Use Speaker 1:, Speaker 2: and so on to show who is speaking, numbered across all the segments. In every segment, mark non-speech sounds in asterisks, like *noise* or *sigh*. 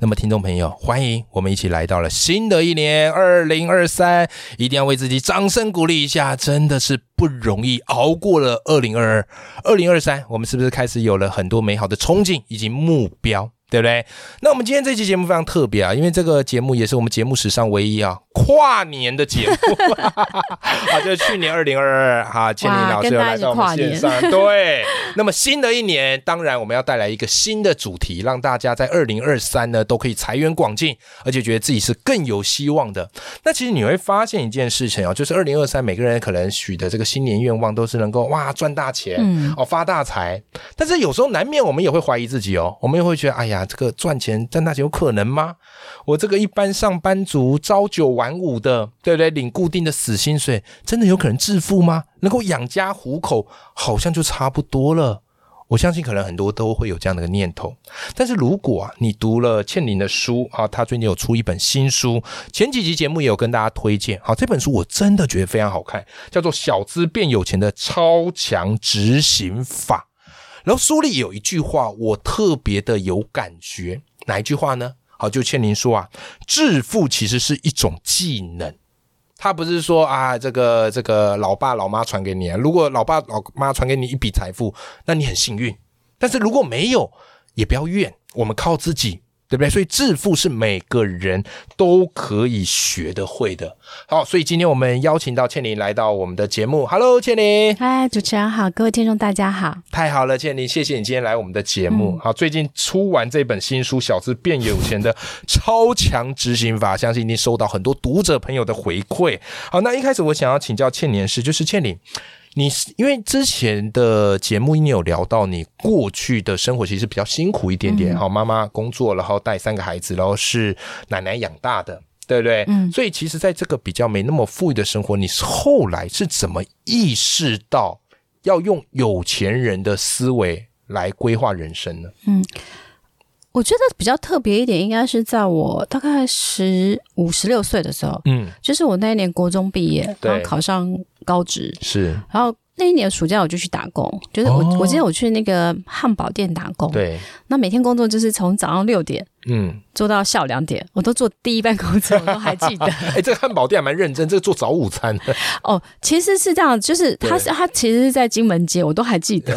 Speaker 1: 那么，听众朋友，欢迎我们一起来到了新的一年二零二三，一定要为自己掌声鼓励一下，真的是不容易，熬过了二零二二、二零二三，我们是不是开始有了很多美好的憧憬以及目标？对不对？那我们今天这期节目非常特别啊，因为这个节目也是我们节目史上唯一啊跨年的节目，啊，就是去年二零二二哈，千里
Speaker 2: 哇
Speaker 1: 老师
Speaker 2: 跟
Speaker 1: 有来
Speaker 2: 大家一起
Speaker 1: 到我们
Speaker 2: 跨
Speaker 1: 线
Speaker 2: 年
Speaker 1: 上，对。 *laughs* 那么新的一年，当然我们要带来一个新的主题，让大家在二零二三呢都可以财源广进，而且觉得自己是更有希望的。那其实你会发现一件事情啊，就是二零二三每个人可能许的这个新年愿望都是能够哇赚大钱，
Speaker 2: 嗯
Speaker 1: 哦发大财，但是有时候难免我们也会怀疑自己哦，我们也会觉得，哎呀，这个赚钱赚大钱有可能吗？我这个一般上班族朝九晚五的，对不对？领固定的死薪水，真的有可能致富吗？能够养家糊口，好像就差不多了。我相信可能很多都会有这样的一个念头，但是如果啊，你读了倩玲的书啊，她最近有出一本新书，前几集节目也有跟大家推荐，好、这本书我真的觉得非常好看，叫做《小资变有钱的超强执行法》。然后书里有一句话我特别的有感觉，哪一句话呢？好，就倩玲说啊，致富其实是一种技能。他不是说啊，这个这个老爸老妈传给你啊，如果老爸老妈传给你一笔财富，那你很幸运。但是如果没有，也不要怨，我们靠自己，对不对？所以致富是每个人都可以学得会的。好，所以今天我们邀请到倩玲来到我们的节目。Hello，倩玲。
Speaker 2: 嗨，哎主持人好，各位听众大家好。
Speaker 1: 太好了，倩玲，谢谢你今天来我们的节目。好，最近出完这本新书《小资变有钱的超强执行法》，相信一定收到很多读者朋友的回馈。好，那一开始我想要请教倩玲的是，就是倩玲，你是因为之前的节目你有聊到你过去的生活其实比较辛苦一点点，好、妈妈工作，然后带三个孩子，然后是奶奶养大的。对不对？
Speaker 2: 嗯
Speaker 1: 所以其实，在这个比较没那么富裕的生活，你是后来是怎么意识到要用有钱人的思维来规划人生呢？
Speaker 2: 我觉得比较特别一点，应该是在我大概十五、十六岁的时候，
Speaker 1: 嗯，
Speaker 2: 就是我那一年国中毕业，
Speaker 1: 对
Speaker 2: 然后考上高职，
Speaker 1: 是
Speaker 2: 然后那一年暑假我就去打工，就是我、
Speaker 1: 哦
Speaker 2: 我记得我去那个汉堡店打工，
Speaker 1: 对，
Speaker 2: 那每天工作就是从早上六点
Speaker 1: 嗯，
Speaker 2: 做到下午两点，我都坐第一班公车，我都还记
Speaker 1: *laughs*
Speaker 2: 得。
Speaker 1: 哎、这个汉堡店还蛮认真，这个做早午餐的，
Speaker 2: 哦，其实是这样，就是他是
Speaker 1: 对
Speaker 2: 他其实是在金门街，我都还
Speaker 1: *laughs*
Speaker 2: 记得，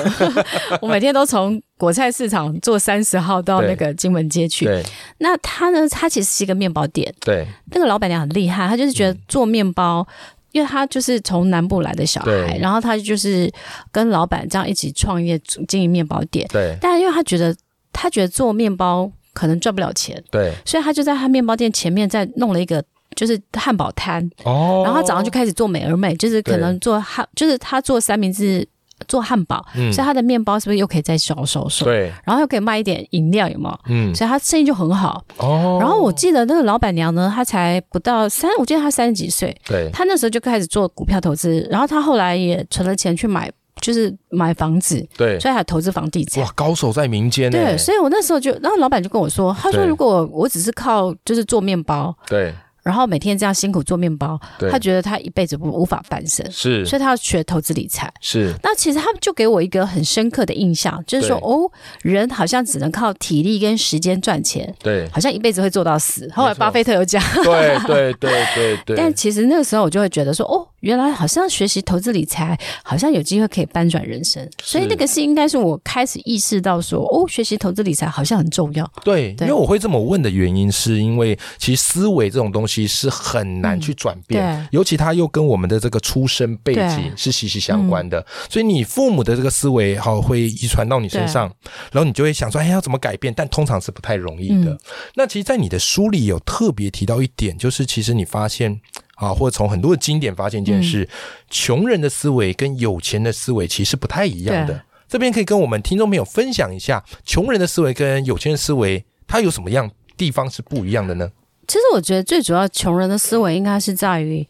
Speaker 2: 我每天都从果菜市场坐三十号到那个金门街去。
Speaker 1: 对
Speaker 2: 那他呢，他其实是一个面包店，
Speaker 1: 对
Speaker 2: 那个老板娘很厉害，她就是
Speaker 1: 嗯
Speaker 2: 觉得做面包。因为她就是从南部来的小孩
Speaker 1: 对，
Speaker 2: 然后她就是跟老板这样一起创业经营面包店，
Speaker 1: 对
Speaker 2: 但因为她觉得她觉得做面包可能赚不了钱，
Speaker 1: *laughs* 对，
Speaker 2: 所以她就在她面包店前面再弄了一个就是汉堡摊，
Speaker 1: 哦
Speaker 2: 然后他早上就开始做美而美，就是可能做汉，就是他做三明治、做汉堡，
Speaker 1: 嗯
Speaker 2: 所以他的面包是不是又可以再销售售？
Speaker 1: 对，
Speaker 2: 然后又可以卖一点饮料，有没有？
Speaker 1: 嗯，
Speaker 2: 所以他生意就很好。
Speaker 1: 哦，
Speaker 2: 然后我记得那个老板娘呢，她才不到三，我记得她三十几岁，
Speaker 1: 对
Speaker 2: 她那时候就开始做股票投资，然后她后来也存了钱去买，就是买房子，
Speaker 1: 对，
Speaker 2: 所以还投资房地产
Speaker 1: 哇。，高手在民间呢，
Speaker 2: 对，所以我那时候就，然后老板就跟我说，他说
Speaker 1: 对
Speaker 2: 如果我只是靠就是做面包，
Speaker 1: 对
Speaker 2: 然后每天这样辛苦做面包，
Speaker 1: 对
Speaker 2: 他觉得他一辈子不无法翻身。
Speaker 1: 是
Speaker 2: 所以他要学投资理财。
Speaker 1: 是，
Speaker 2: 那其实他们就给我一个很深刻的印象，就是说
Speaker 1: 对
Speaker 2: 哦，人好像只能靠体力跟时间赚钱，
Speaker 1: *laughs* 对
Speaker 2: 好像一辈子会做到死。后来
Speaker 1: 没错
Speaker 2: 巴菲特有讲，
Speaker 1: 对对对对
Speaker 2: 但
Speaker 1: 对，
Speaker 2: 其实那个时候我就会觉得说，哦，原来好像学习投资理财，好像有机会可以翻转人生。所以那个是应该是我开始意识到说，哦，学习投资理财好像很重要。
Speaker 1: 对，因
Speaker 2: 对
Speaker 1: 为我会这么问的原因，是因为其实思维这种东西是很难去转变，
Speaker 2: 嗯
Speaker 1: 尤其它又跟我们的这个出身背景
Speaker 2: 对嗯
Speaker 1: 是息息相关的，所以你父母的这个思维好会遗传到你身上，然后你就会想说，哎，要怎么改变？但通常是不太容易的。
Speaker 2: 嗯
Speaker 1: 那其实，在你的书里有特别提到一点，就是其实你发现。啊，或者从很多的经典发现一件事，
Speaker 2: 嗯
Speaker 1: 穷人的思维跟有钱的思维其实不太一样的
Speaker 2: 对。
Speaker 1: 这边可以跟我们听众朋友分享一下，穷人的思维跟有钱人思维，它有什么样地方是不一样的呢？
Speaker 2: 其实我觉得最主要穷人的思维应该是在于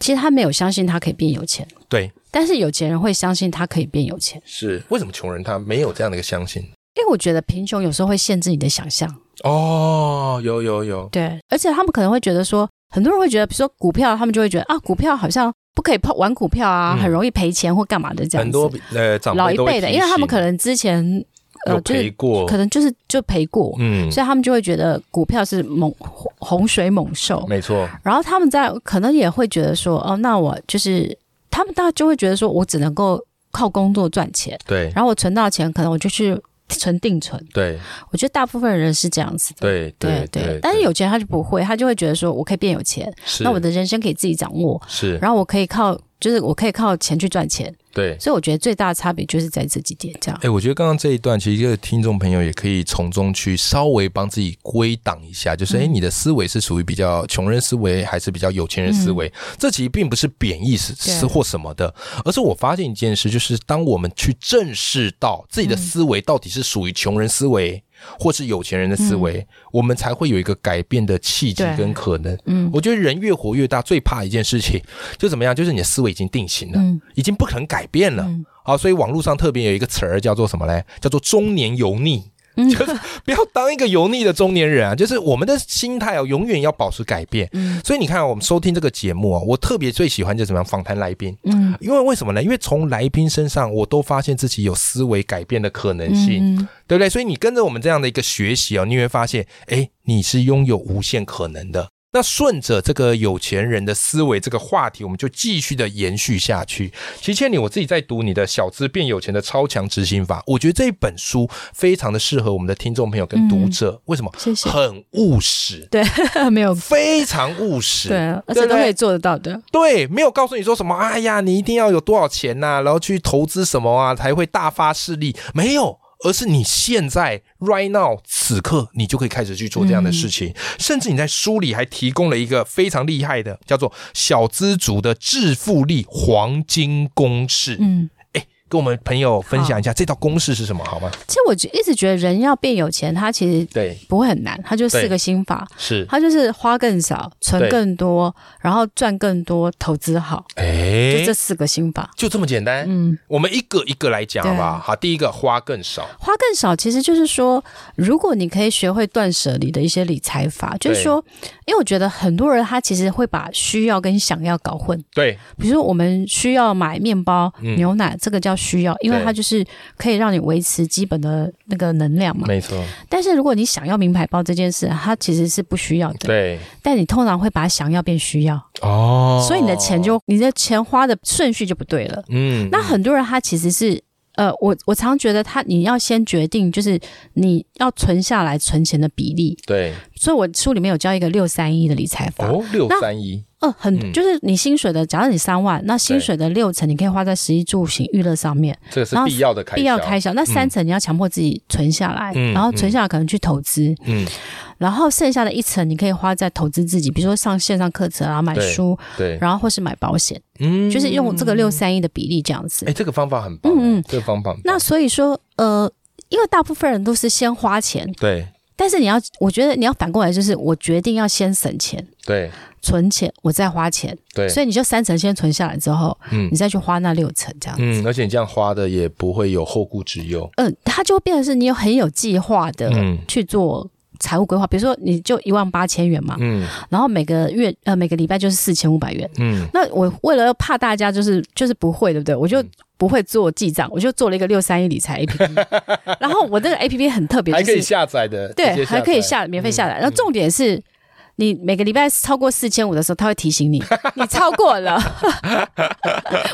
Speaker 2: 其实他没有相信他可以变有钱，
Speaker 1: 对，
Speaker 2: 但是有钱人会相信他可以变有钱，
Speaker 1: 是为什么穷人他没有这样的一个相信？
Speaker 2: 因为我觉得贫穷有时候会限制你的想象。
Speaker 1: 哦，有有有，
Speaker 2: 对，而且他们可能会觉得说，很多人会觉得，比如说股票，他们就会觉得啊，股票好像不可以碰玩股票啊，
Speaker 1: 嗯
Speaker 2: 很容易赔钱或干嘛的这样
Speaker 1: 很
Speaker 2: 子。
Speaker 1: 多呃长
Speaker 2: 老一
Speaker 1: 都会
Speaker 2: 辈的，
Speaker 1: 提
Speaker 2: 因为他们
Speaker 1: 醒
Speaker 2: 可能之前呃
Speaker 1: 有
Speaker 2: 就是
Speaker 1: 赔过，
Speaker 2: 可能就是就赔过，
Speaker 1: 嗯，
Speaker 2: 所以他们就会觉得股票是猛洪水猛兽。
Speaker 1: 没错，
Speaker 2: 然后他们在可能也会觉得说，哦，那我就是他们大家就会觉得说我只能够靠工作赚钱，
Speaker 1: 对
Speaker 2: 然后我存到钱，可能我就去存定存。
Speaker 1: 对
Speaker 2: 我觉得大部分人是这样子的。
Speaker 1: 对
Speaker 2: 对
Speaker 1: 对对，
Speaker 2: 但是有钱他就不会，他就会觉得说我可以变有钱，
Speaker 1: 是
Speaker 2: 那我的人生可以自己掌握，
Speaker 1: 是
Speaker 2: 然后我可以靠就是我可以靠钱去赚钱，
Speaker 1: 对。
Speaker 2: 所以我觉得最大的差别就是在这几点这样
Speaker 1: 哎、。我觉得刚刚这一段，其实听众朋友也可以从中去稍微帮自己归档一下，就是哎、
Speaker 2: 嗯
Speaker 1: 你的思维是属于比较穷人思维，还是比较有钱人思维？这其实并不是贬义是
Speaker 2: 嗯对
Speaker 1: 是或什么的，而是我发现一件事，就是当我们去正视到自己
Speaker 2: 嗯
Speaker 1: 的思维到底是属于穷人思维。或是有钱人的思维，我们才会有一个改变的契机
Speaker 2: 嗯对
Speaker 1: 跟可能。
Speaker 2: 嗯
Speaker 1: 我觉得人越活越大，最怕一件事情就怎么样，就是你的思维已经定型了，
Speaker 2: 嗯
Speaker 1: 已经不可能改变了。
Speaker 2: 嗯
Speaker 1: 好，所以网络上特别有一个词儿叫做什么嘞？叫做中年油腻。*laughs*
Speaker 2: 嗯
Speaker 1: 就是不要当一个油腻的中年人啊！就是我们的心态哦，永远要保持改变。
Speaker 2: 嗯
Speaker 1: 所以你看啊、我们收听这个节目啊、我特别最喜欢就是怎么样访谈来宾，
Speaker 2: 嗯
Speaker 1: 因为为什么呢？因为从来宾身上，我都发现自己有思维改变的可能性。
Speaker 2: 嗯嗯
Speaker 1: 对不对？所以你跟着我们这样的一个学习哦，你会发现，哎，你是拥有无限可能的。那顺着这个有钱人的思维这个话题，我们就继续的延续下去。其实倩女，我自己在读你的《小资变有钱的超强执行法》，我觉得这一本书非常的适合我们的听众朋友跟读者，为什么？
Speaker 2: 谢谢，
Speaker 1: 很务实，
Speaker 2: *laughs* 没有
Speaker 1: 非常务实。
Speaker 2: 对，啊而且
Speaker 1: 对不
Speaker 2: 都
Speaker 1: 对
Speaker 2: 可以做得到的。
Speaker 1: 对，没有告诉你说什么，哎呀，你一定要有多少钱呐、然后去投资什么啊，才会大发势力，没有。而是你现在 right now 此刻，你就可以开始去做这样的事情，甚至你在书里还提供了一个非常厉害的，叫做“小资族的致富力黄金公式”，
Speaker 2: 嗯，
Speaker 1: 跟我们朋友分享一下这套公式是什么，好吗？
Speaker 2: 其实我一直觉得人要变有钱，他其实
Speaker 1: 对，
Speaker 2: 不会很难，他就四
Speaker 1: 对
Speaker 2: 个心法，
Speaker 1: 是，
Speaker 2: 他就是花更少，存
Speaker 1: 对
Speaker 2: 更多，然后赚更多，投资好，就
Speaker 1: 哎
Speaker 2: 这，四个心法。
Speaker 1: 就这么简单。
Speaker 2: 嗯，
Speaker 1: 我们一个一个来讲好不好？好，第一个花更少，
Speaker 2: 花更少，其实就是说，如果你可以学会断舍离的一些理财法，就是说，因为我觉得很多人他其实会把需要跟想要搞混。
Speaker 1: 对，
Speaker 2: 比如说，我们需要买面包、牛奶，这个叫需要，因为
Speaker 1: 嗯对
Speaker 2: 它就是可以让你维持基本的那个能量嘛。
Speaker 1: 没错，
Speaker 2: 但是如果你想要名牌包这件事，它其实是不需要的，
Speaker 1: 对，
Speaker 2: 但你通常会把想要变需要，
Speaker 1: 哦，
Speaker 2: 所以你的钱就你的钱花的顺序就不对了。
Speaker 1: 嗯，
Speaker 2: 那很多人他其实是。呃，我我常觉得他你要先决定，就是你要存下来存钱的比例。
Speaker 1: 对
Speaker 2: 所以我书里面有教一个六三一的理财法。
Speaker 1: 哦，六
Speaker 2: 那
Speaker 1: 三一
Speaker 2: 呃，很、
Speaker 1: 嗯
Speaker 2: 就是你薪水的，假如你三万，那薪水的六成你可以花在食衣住行娱乐上面，
Speaker 1: 这个是
Speaker 2: 然后
Speaker 1: 必要的开销，
Speaker 2: 哦必要开销。那三成你要强迫自己存下来，
Speaker 1: 嗯
Speaker 2: 然后存下来可能去投资，
Speaker 1: 嗯，
Speaker 2: 然后剩下的一层你可以花在投资自己，比如说上线上课程啊、买
Speaker 1: 对
Speaker 2: 书，
Speaker 1: 对，
Speaker 2: 然后或是买保险，
Speaker 1: 嗯
Speaker 2: 就是用这个六三一的比例这样子。
Speaker 1: 哎，这个方法很棒，哦
Speaker 2: 嗯嗯
Speaker 1: 这个方法很棒
Speaker 2: 那所以说，呃，因为大部分人都是先花钱，
Speaker 1: 对
Speaker 2: 但是你要，我觉得你要反过来，就是我决定要先省钱、
Speaker 1: 对
Speaker 2: 存钱，我再花钱，
Speaker 1: 对，
Speaker 2: 所以你就三层先存下来之后，
Speaker 1: 嗯
Speaker 2: 你再去花那六层，这样，
Speaker 1: 嗯，而且你这样花的也不会有后顾之忧，
Speaker 2: 嗯、它就会变成是你有很有计划的
Speaker 1: 嗯
Speaker 2: 去做。财务规划，比如说你就一万八千元嘛，
Speaker 1: 嗯
Speaker 2: 然后每个月呃每个礼拜就是四千五百元。
Speaker 1: 嗯，
Speaker 2: 那我为了怕大家就是就是不会，对不对？我就不会做记账，我就做了一个六三一理财 A P
Speaker 1: *laughs*
Speaker 2: P，然后我那个 A P P 很特别，
Speaker 1: 还
Speaker 2: 就
Speaker 1: 可以
Speaker 2: 是
Speaker 1: 下载的，直接
Speaker 2: 对，还可
Speaker 1: 载，
Speaker 2: 以
Speaker 1: 嗯
Speaker 2: 下免费下载。然后重点是，你每个礼拜超过四千五的时候，他会提
Speaker 1: *laughs*
Speaker 2: 醒你，你超过了，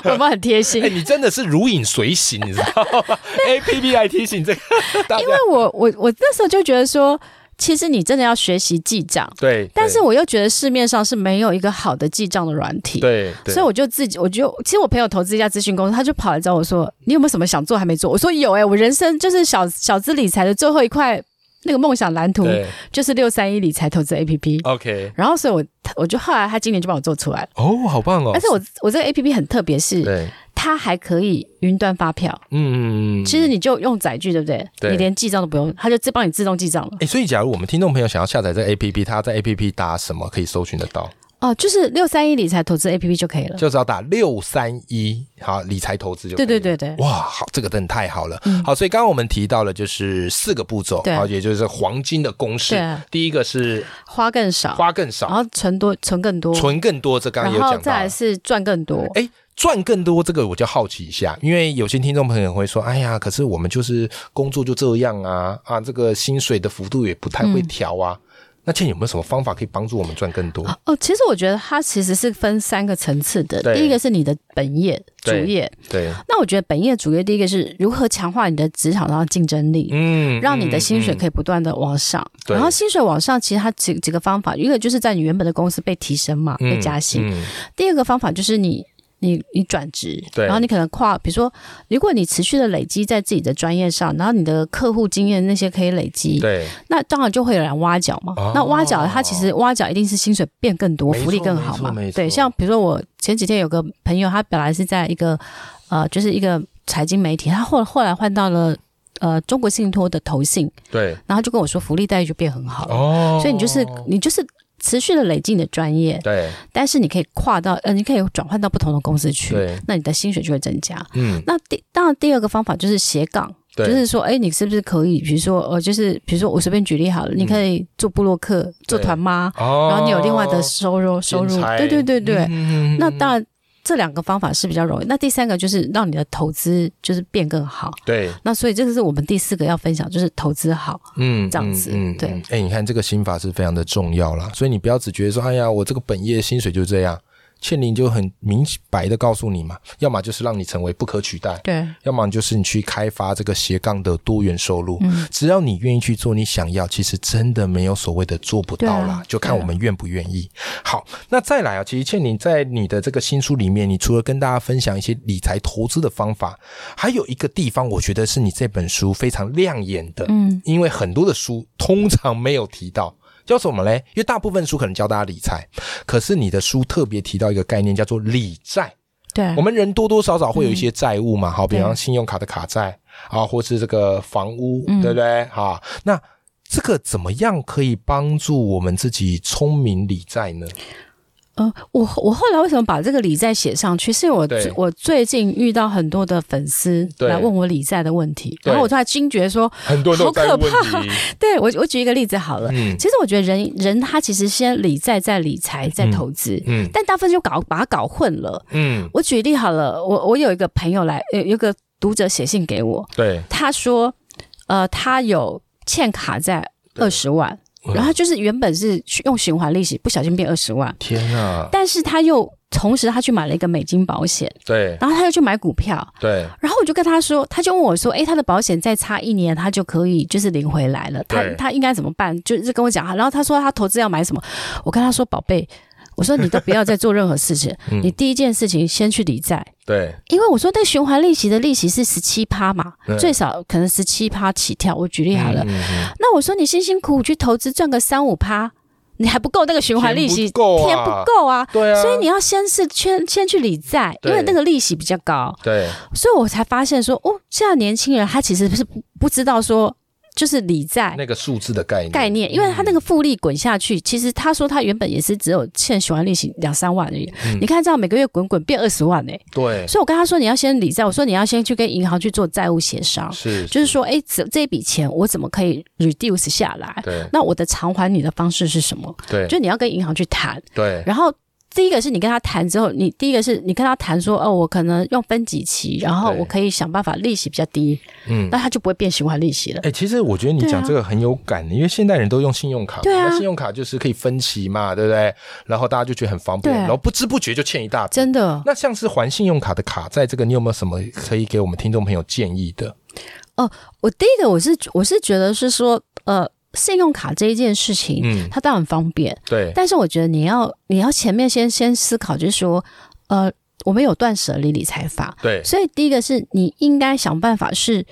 Speaker 2: 我有没有很贴心
Speaker 1: 哎，？你真的是如影随形，你知道
Speaker 2: *laughs*
Speaker 1: 吗？A P P 来提醒这个大家
Speaker 2: 因，为我我我那时候就觉得说，其实你真的要学习记账，
Speaker 1: 对，
Speaker 2: 但是我又觉得市面上是没有一个好的记账的软体。
Speaker 1: 对，对
Speaker 2: 所以我就自己，我就其实我朋友投资一家咨询公司，他就跑来找我说：“你有没有什么想做还没做？”我说：“有哎、我人生就是小小资理财的最后一块那个梦想蓝图，
Speaker 1: 对
Speaker 2: 就是六三一理财投资 A P P。
Speaker 1: ，OK，
Speaker 2: 然后所以我，我就后来他今年就帮我做出来了。
Speaker 1: 哦，好棒哦，
Speaker 2: 而且我我这个 A P P 很特别，是
Speaker 1: 对，
Speaker 2: 它还可以云端发票。
Speaker 1: 嗯嗯嗯，
Speaker 2: 其实你就用载具，对不对？
Speaker 1: 对
Speaker 2: 你连记账都不用，它就自帮你自动记账了。
Speaker 1: 哎，所以假如我们听众朋友想要下载这 A P P，他在 A P P 打什么可以搜寻得到？
Speaker 2: 哦，就是六三一理财投资 A P P 就可以了。
Speaker 1: 就只要打六三一，好，理财投资就可
Speaker 2: 对
Speaker 1: 以
Speaker 2: 对
Speaker 1: 了
Speaker 2: 对对，
Speaker 1: 哇，好，这个真的太好了。好，所以刚刚我们提到了就是四个步骤，
Speaker 2: 对
Speaker 1: 好，也就是黄金的公式
Speaker 2: 对啊。
Speaker 1: 第一个是
Speaker 2: 花更少，
Speaker 1: 花更
Speaker 2: 然
Speaker 1: 少，
Speaker 2: 后存多存更多，
Speaker 1: 存更多，这刚刚也
Speaker 2: 然
Speaker 1: 有
Speaker 2: 后
Speaker 1: 讲
Speaker 2: 再
Speaker 1: 到
Speaker 2: 来
Speaker 1: 了。
Speaker 2: 是赚更多。
Speaker 1: 哎，赚更多这个我就好奇一下，因为有些听众朋友会说：“哎呀，可是我们就是工作就这样啊，啊，这个薪水的幅度也不太会
Speaker 2: 嗯
Speaker 1: 调啊。那倩有没有什么方法可以帮助我们赚更多？
Speaker 2: 啊哦，其实我觉得它其实是分三个层次的。
Speaker 1: 对
Speaker 2: 第一个是你的本业主
Speaker 1: 对
Speaker 2: 业，
Speaker 1: 对，
Speaker 2: 那我觉得本业主业第一个是如何强化你的职场上的竞争力。
Speaker 1: 嗯
Speaker 2: 让你的薪水可
Speaker 1: 以、
Speaker 2: 以不断的往上，
Speaker 1: 对
Speaker 2: 然后薪水往上，其实它几几个方法，一个就是在你原本的公司被提升嘛，
Speaker 1: 嗯
Speaker 2: 被加薪；
Speaker 1: 嗯
Speaker 2: 第二个方法就是你你你转职，
Speaker 1: 对
Speaker 2: 然后你可能跨，比如说，如果你持续的累积在自己的专业上，然后你的客户经验那些可以累积，
Speaker 1: 对，
Speaker 2: 那当然就会有人挖角嘛。
Speaker 1: 哦
Speaker 2: 那挖角它其实挖角一定是薪水变更多，
Speaker 1: 没错
Speaker 2: 福利更好嘛
Speaker 1: 没错没。错
Speaker 2: 对，像比如说我前几天有个朋友，他本来是在一个呃，就是一个财经媒体，他后后来换到了呃中国信托的投信，
Speaker 1: 对，
Speaker 2: 然后他就跟我说福利待遇就变很好了。
Speaker 1: 哦
Speaker 2: 所以你就是你就是持续的累积你的专业，
Speaker 1: 对
Speaker 2: 但是你可以跨到呃，你可以转换到不同的公司去，
Speaker 1: 对，
Speaker 2: 那你的薪水就会增加。
Speaker 1: 嗯，
Speaker 2: 那第当然第二个方法就是斜杠，
Speaker 1: 对，
Speaker 2: 就是说，哎，你是不是可以，比如说，呃，就是比如说我随便举例
Speaker 1: 嗯
Speaker 2: 好了，你可以做部落客，做团妈，
Speaker 1: 哦，
Speaker 2: 然后你有另外的收入收入
Speaker 1: 兼差，
Speaker 2: 对对对对。
Speaker 1: 哦嗯
Speaker 2: 那当然，这两个方法是比较容易。那第三个就是让你的投资就是变更好。
Speaker 1: 对，
Speaker 2: 那所以这个是我们第四个要分享，就是投资好。
Speaker 1: 嗯，
Speaker 2: 这样子对
Speaker 1: 哎、诶你看这个心法是非常的重要啦，所以你不要只觉得说，哎呀，我这个本业薪水就这样。倩玲就很明白的告诉你嘛，要么就是让你成为不可取代，
Speaker 2: 对，
Speaker 1: 要么就是你去开发这个斜杠的多元收入。
Speaker 2: 嗯，
Speaker 1: 只要你愿意去做你想要，其实真的没有所谓的做不到
Speaker 2: 对
Speaker 1: 啦，
Speaker 2: 啊
Speaker 1: 就看我们愿不愿意。好，那再来啊，其实倩玲在你的这个新书里面，你除了跟大家分享一些理财投资的方法，还有一个地方，我觉得是你这本书非常亮眼的，
Speaker 2: 嗯，
Speaker 1: 因为很多的书通常没有提到。叫什么嘞？因为大部分书可能教大家理财，可是你的书特别提到一个概念，叫做理债。
Speaker 2: 对
Speaker 1: 我，们人多多少少会有一些债务嘛，好，比方
Speaker 2: 嗯对
Speaker 1: 信用卡的卡债啊，或是这个房屋，
Speaker 2: 嗯
Speaker 1: 对不对？哈，那这个怎么样可以帮助我们自己聪明理债呢？
Speaker 2: 呃，我我后来为什么把这个理债写上去？是因为我
Speaker 1: 对
Speaker 2: 最我最近遇到很多的粉丝
Speaker 1: 对
Speaker 2: 来问我理债的问题，
Speaker 1: 对
Speaker 2: 然后我突然惊觉说，
Speaker 1: 很多人都有债务问题，
Speaker 2: 对我我举一个例子好了，
Speaker 1: 嗯
Speaker 2: 其实我觉得人人他其实先理债，再理财，再投资，
Speaker 1: *laughs* 嗯
Speaker 2: 但大部分就搞把它搞混了。
Speaker 1: 嗯，
Speaker 2: 我举例好了，我我有一个朋友来，有有一个读者写信给我，
Speaker 1: 对，
Speaker 2: 他说，呃，他有欠卡债
Speaker 1: 对
Speaker 2: 二十万，然后他就是原本是用循环利息，不小心变二十万，
Speaker 1: 天啊，
Speaker 2: 但是他又同时他去买了一个美金保险，
Speaker 1: 对
Speaker 2: 然后他又去买股票。
Speaker 1: 对
Speaker 2: 然后我就跟他说，他就问我说：“诶，他的保险再差一年，他就可以就是领回来了，他
Speaker 1: 对
Speaker 2: 他应该怎么办？”就是跟我讲，然后他说他投资要买什么，我跟他说：“宝贝，我说你都不要再做任何事情，
Speaker 1: 嗯
Speaker 2: 你第一件事情先去理债，
Speaker 1: 对，
Speaker 2: 因为我说那个循环利息的利息是十七趴嘛
Speaker 1: 对，
Speaker 2: 最少可能十七趴起跳。我举例好了，
Speaker 1: 嗯嗯嗯
Speaker 2: 那我说你辛辛苦苦去投资赚个三五趴，你还不够那个循环利息
Speaker 1: 钱不够啊
Speaker 2: 填不够啊。”
Speaker 1: 对啊，
Speaker 2: 所以你要先是先先去理债，因
Speaker 1: 对
Speaker 2: 为那个利息比较高。
Speaker 1: 对
Speaker 2: 所以我才发现说，哦，现在年轻人他其实是不不知道说，就是理债
Speaker 1: 那个嗯数字的概念
Speaker 2: 概念，因为他那个复利滚下去，其实他说他原本也是只有欠循环利息两三万而已，
Speaker 1: 嗯
Speaker 2: 你看这样每个月滚滚变二十万哎、
Speaker 1: 对
Speaker 2: 所以我跟他说你要先理债，我说你要先去跟银行去做债务协商，
Speaker 1: 是
Speaker 2: 就是说，哎，这这笔钱我怎么可以 reduce 下来？
Speaker 1: 对
Speaker 2: 那我的偿还你的方式是什么？
Speaker 1: 对
Speaker 2: 就你要跟银行去谈，
Speaker 1: 对
Speaker 2: 然后第一个是你跟他谈哦之后，你第一个是你跟他谈说，哦，我可能用分几期，然后
Speaker 1: 对
Speaker 2: 我可以想办法利息比较低，
Speaker 1: 嗯。
Speaker 2: 那他就不会变循环利息了
Speaker 1: 哎、。其实我觉得你
Speaker 2: 对啊
Speaker 1: 讲这个很有感，因为现代人都用信用卡嘛，
Speaker 2: 对啊
Speaker 1: 那信用卡就是可以分期嘛，对不对？然后大家就觉得很方便，
Speaker 2: 对
Speaker 1: 然后不知不觉就欠一大笔。
Speaker 2: 真的，
Speaker 1: 那像是还信用卡的卡债，这个你有没有什么可以给我们听众朋友建议的？
Speaker 2: 我第一个我是我是觉得是说，呃，信用卡这一件事情，
Speaker 1: 嗯，
Speaker 2: 它当然方便，
Speaker 1: 对，
Speaker 2: 但是我觉得你要你要前面先先思考，就是说，呃，我们有断舍离理财法，
Speaker 1: 对，
Speaker 2: 所以第一个是你应该想办法是，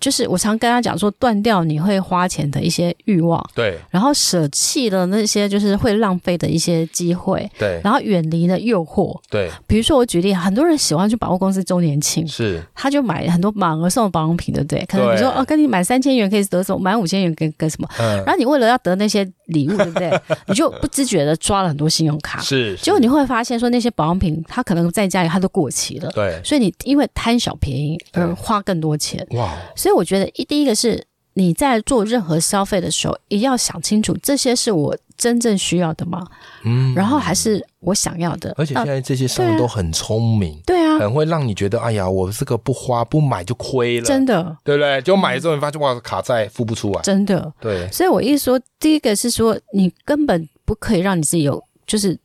Speaker 2: 就是我常跟他讲说，断掉你会花钱的一些欲望，
Speaker 1: 对，
Speaker 2: 然后舍弃了那些就是会浪费的一些机会，
Speaker 1: 对，
Speaker 2: 然后远离了诱惑。
Speaker 1: 对，
Speaker 2: 比如说我举例，很多人喜欢去百货公司周年庆，
Speaker 1: 是，
Speaker 2: 他就买很多满额送的保养品，对不对？可能你说
Speaker 1: 对
Speaker 2: 哦，跟你买三千元可以得什么，满五千元跟跟什么。
Speaker 1: 嗯
Speaker 2: 然，后你为了要得那些礼物，对不对？你就不自觉的抓了很多信用卡，
Speaker 1: 是，
Speaker 2: 结果啊你会发现说那些保养品，它可能在家里它都过期了，
Speaker 1: 对，
Speaker 2: 所以你因为贪小便宜而
Speaker 1: 对
Speaker 2: 花更多钱。
Speaker 1: 哇，
Speaker 2: 所以我觉得一第一个是你在做任何消费的时候，也要想清楚这些是我真正需要的吗？
Speaker 1: 嗯，
Speaker 2: 然后还是我想要的？
Speaker 1: 而且现
Speaker 2: 那
Speaker 1: 在这些商
Speaker 2: 对
Speaker 1: 人
Speaker 2: 啊
Speaker 1: 都很聪明，
Speaker 2: 对啊，
Speaker 1: 很会让你觉得，哎呀，我这个不花不买就亏了，
Speaker 2: 真的
Speaker 1: 对不对？就买了之后，你发现哇，卡债付不出来，啊
Speaker 2: 真的。
Speaker 1: 对，
Speaker 2: 所以我一说，第一个是说你根本不可以让你自己有就是。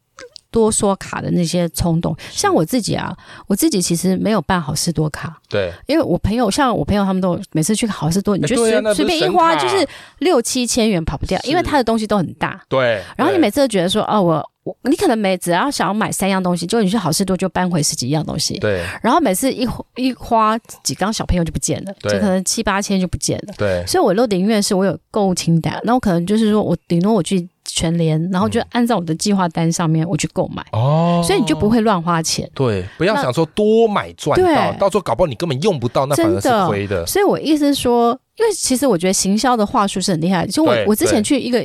Speaker 2: 多刷卡的那些冲动，像我自己啊，我自己其实没有办好事多卡，
Speaker 1: 对，
Speaker 2: 因为我朋友像我朋友他们都每次去好事多，你就
Speaker 1: 对啊
Speaker 2: 随、
Speaker 1: 那不是
Speaker 2: 随便一
Speaker 1: 神
Speaker 2: 花
Speaker 1: 卡
Speaker 2: 就是六七千元跑不掉，
Speaker 1: 是
Speaker 2: 因为他的东西都很大，
Speaker 1: 对。
Speaker 2: 然后你
Speaker 1: 对
Speaker 2: 每次都觉得说哦我。我你可能每只要想要买三样东西，结果你去好事多就搬回十几样东西，
Speaker 1: 对
Speaker 2: 然后每次一花一花几缸小朋友就不见了，就
Speaker 1: 对
Speaker 2: 可能七八千就不见了。
Speaker 1: 对
Speaker 2: 所以我乐的音乐是我有购物清单，那我可能就是说我顶多我去全联，然后就按照我的计划单上面我去购买，
Speaker 1: 嗯哦，
Speaker 2: 所以你就不会乱花钱。
Speaker 1: 对，不要
Speaker 2: 那
Speaker 1: 想说多买赚到，
Speaker 2: 对
Speaker 1: 到时候搞不好你根本用不到，那反而
Speaker 2: 真的
Speaker 1: 是亏的。
Speaker 2: 所以我意思是说，因为其实我觉得行销的话术是很厉害的。就我
Speaker 1: 对
Speaker 2: 我之前
Speaker 1: 对
Speaker 2: 去一个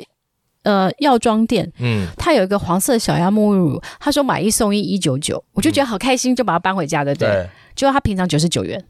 Speaker 2: 呃药妆店，
Speaker 1: 嗯，
Speaker 2: 它有一个黄色小鸭沐浴乳，他说买一送一一九九，我就觉得好开心，就把它搬回家，对不对？
Speaker 1: 嗯对，
Speaker 2: 结果它平常九十
Speaker 1: *laughs*
Speaker 2: 九元。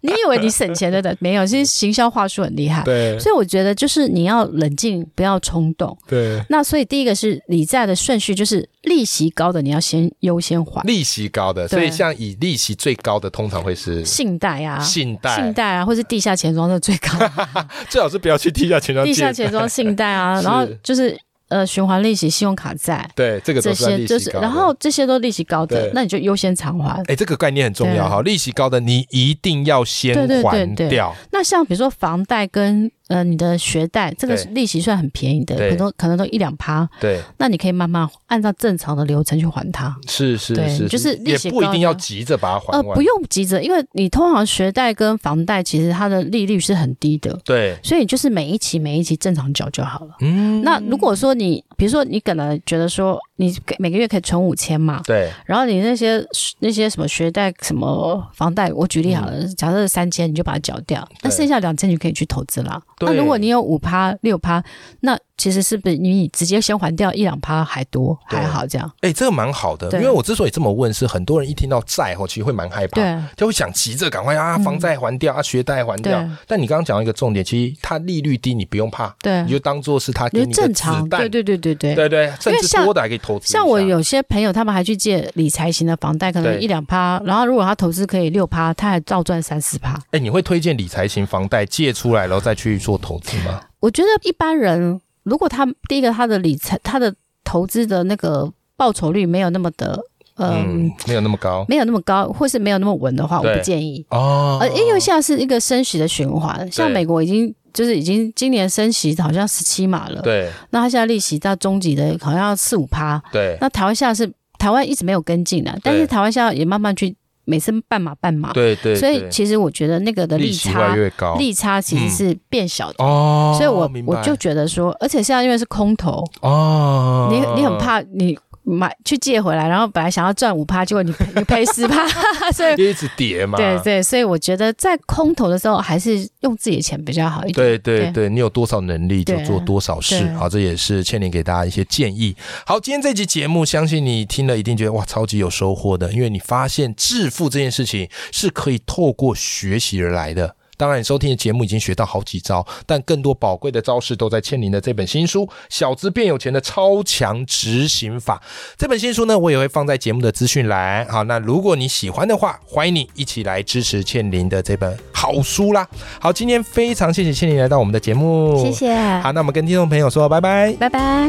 Speaker 2: 你以为你省钱对不对？没有，其实行销话术很厉害。
Speaker 1: 对，
Speaker 2: 所以我觉得就是你要冷静，不要冲动。
Speaker 1: 对，
Speaker 2: 那所以啊第一个是理债的顺序，就是利息高的你要先优先还，
Speaker 1: 利息高的，所以
Speaker 2: 对
Speaker 1: 像以利息最高的，通常会是
Speaker 2: 信贷啊。
Speaker 1: 信贷，
Speaker 2: 信贷啊，或是地下钱庄是最
Speaker 1: *laughs*
Speaker 2: 高的，
Speaker 1: 最好是不要去地下钱庄
Speaker 2: 地
Speaker 1: 借
Speaker 2: 下
Speaker 1: 贷。
Speaker 2: 钱庄信贷啊，
Speaker 1: 是
Speaker 2: 然后就是呃循环利息、信用卡债
Speaker 1: 对，这个
Speaker 2: 这
Speaker 1: 都算
Speaker 2: 些，
Speaker 1: 利
Speaker 2: 就
Speaker 1: 息
Speaker 2: 是
Speaker 1: 高的。
Speaker 2: 然后这些都利息高的
Speaker 1: 对，
Speaker 2: 那你就优先偿还。
Speaker 1: 哎，这个概念很重要
Speaker 2: 对
Speaker 1: 哈，利息高的你一定要先
Speaker 2: 对对对
Speaker 1: 还
Speaker 2: 对
Speaker 1: 掉，
Speaker 2: 那像比如说房贷跟呃你的学贷，这个
Speaker 1: 对
Speaker 2: 利息算很便宜的，
Speaker 1: 对
Speaker 2: 可能可能都一两趴，
Speaker 1: 对，
Speaker 2: 那你可以慢慢按照正常的流程去还它。
Speaker 1: 是是
Speaker 2: 对
Speaker 1: 是，
Speaker 2: 就是利
Speaker 1: 也
Speaker 2: 息
Speaker 1: 不一
Speaker 2: 高
Speaker 1: 定
Speaker 2: 的
Speaker 1: 要急着把它还
Speaker 2: 呃，
Speaker 1: 完，
Speaker 2: 不用急着，因为你通常学贷跟房贷其实它的利率是很低的，
Speaker 1: 对，
Speaker 2: 所以你就是每一期每一期正常缴就好了。
Speaker 1: 嗯，
Speaker 2: 那如果说你，比如说你可能觉得说你每个月可以存五千嘛，
Speaker 1: 对
Speaker 2: 然后你那些那些什么学贷、什么房贷，我举例好了，假设三千你就把它缴掉，
Speaker 1: 嗯
Speaker 2: 那
Speaker 1: 对
Speaker 2: 剩下两千你可以去投资啦。那
Speaker 1: 对
Speaker 2: 如果你有五趴、六趴，那其实是不是你直接先还掉一两趴还多
Speaker 1: 对
Speaker 2: 还好这样？
Speaker 1: 哎、这个蛮好的，
Speaker 2: 对
Speaker 1: 因为我之所以这么问，是很多人一听到债后，其实会蛮害怕，
Speaker 2: 对
Speaker 1: 就会想急着赶快啊，
Speaker 2: 嗯
Speaker 1: 房贷还掉、啊，学贷还掉
Speaker 2: 对。
Speaker 1: 但你刚刚讲到一个重点，其实它利率低，你不用怕，
Speaker 2: 对
Speaker 1: 你，就当做是它给
Speaker 2: 你
Speaker 1: 你
Speaker 2: 就
Speaker 1: 的
Speaker 2: 正
Speaker 1: 子
Speaker 2: 常，
Speaker 1: 弹，
Speaker 2: 对对对对对。
Speaker 1: 对对甚至
Speaker 2: 像
Speaker 1: 多的还可以投资一下。
Speaker 2: 像我有些朋友，他们还去借理财型的房贷，可能
Speaker 1: 对
Speaker 2: 一两趴，然后如果他投资可以六趴，他还照赚三四趴。
Speaker 1: 哎、你会推荐理财型房贷借出来，然后再去做投资吗？
Speaker 2: 我觉得一般人，如果他第一个他的理财、他的投资的那个报酬率没有那么的，嗯
Speaker 1: 嗯，没有那么高
Speaker 2: 没有那么高，或是没有那么稳的话，
Speaker 1: 对
Speaker 2: 我不建议。
Speaker 1: 哦
Speaker 2: 呃，因为现在是一个升息的循环，像美国已经就是已经今年升息好像十七码了，
Speaker 1: 对
Speaker 2: 那它现在利息到中级的好像四五趴，
Speaker 1: 对
Speaker 2: 那台湾现在是台湾一直没有跟进啊的，但是台湾现在也慢慢去每次半码半码，
Speaker 1: 对对，
Speaker 2: 呃所以
Speaker 1: 对
Speaker 2: 其实我觉得那个的利
Speaker 1: 利息越来
Speaker 2: 差
Speaker 1: 越高
Speaker 2: 利差其实
Speaker 1: 嗯
Speaker 2: 是变小的，
Speaker 1: 哦，
Speaker 2: 所以我
Speaker 1: 明白
Speaker 2: 我就觉得说，而且现在因为是空头，
Speaker 1: 哦，
Speaker 2: 你你很怕你。买去借回来，然后本来想要赚五趴，结
Speaker 1: *laughs*
Speaker 2: 果你赔你赔十趴， *laughs* 所以
Speaker 1: 一直跌嘛，
Speaker 2: 对对，所以我觉得在空头的时候，还是用自己的钱比较好一点。
Speaker 1: 对对
Speaker 2: 对
Speaker 1: 对，你有多少能力就
Speaker 2: 对啊
Speaker 1: 做多少事
Speaker 2: 对，
Speaker 1: 好，这也是倩玲给大家一些建议。好，今天这集节目，相信你听了一定觉得哇，超级有收获的，因为你发现致富这件事情是可以透过学习而来的。当然，你收听的节目已经学到好几招，但更多宝贵的招式都在倩玲的这本新书《小资变有钱的超强执行法》。这本新书呢，我也会放在节目的资讯栏。好，那如果你喜欢的话，欢迎你一起来支持倩玲的这本好书啦。好，今天非常谢谢倩玲来到我们的节目，
Speaker 2: 谢。谢，
Speaker 1: 好，那我们跟听众朋友说拜拜。
Speaker 2: 拜拜。